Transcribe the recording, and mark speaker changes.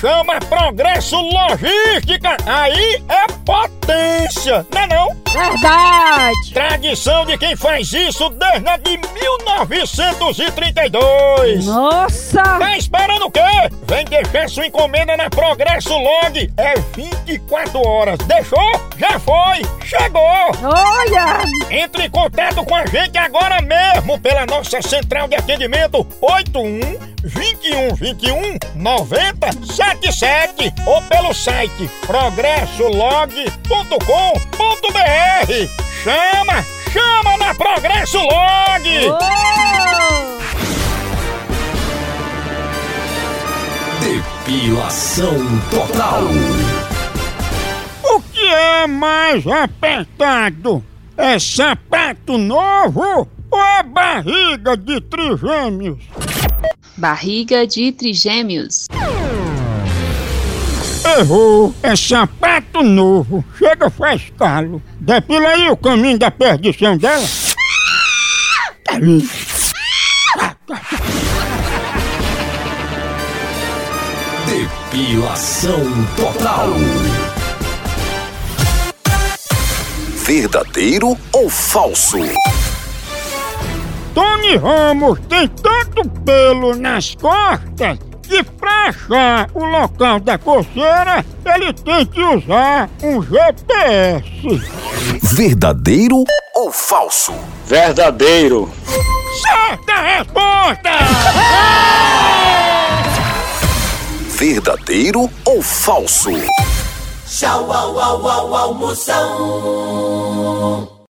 Speaker 1: chama Progresso Logística. Aí é potência, não é não?
Speaker 2: Verdade!
Speaker 1: Tradição de quem faz isso desde a de 1932.
Speaker 2: Nossa!
Speaker 1: Tá esperando o quê? Vem deixar sua encomenda na Progresso Log. É 24 horas. Deixou? Já foi. Chegou.
Speaker 2: Olha!
Speaker 1: Entre em contato com a gente agora mesmo pela nossa central de atendimento 81 21 21 90 77 ou pelo site progressolog.com.br. Chama, chama na Progresso Log.
Speaker 2: Oh!
Speaker 3: Depilação total.
Speaker 1: O que é mais apertado? É sapato novo ou é barriga de trigêmeos?
Speaker 4: Barriga de trigêmeos.
Speaker 1: Errou, é sapato novo. Chega, faz calo. Depila aí o caminho da perdição dela. Tá ali.
Speaker 3: Depilação total.
Speaker 5: Verdadeiro ou falso?
Speaker 1: Tony Ramos tem tanto pelo nas costas que pra achar o local da coceira, ele tem que usar um GPS.
Speaker 5: Verdadeiro ou falso?
Speaker 6: Verdadeiro.
Speaker 1: Certa resposta!
Speaker 5: Verdadeiro ou falso?
Speaker 3: Tchau, au, au, au, almoção.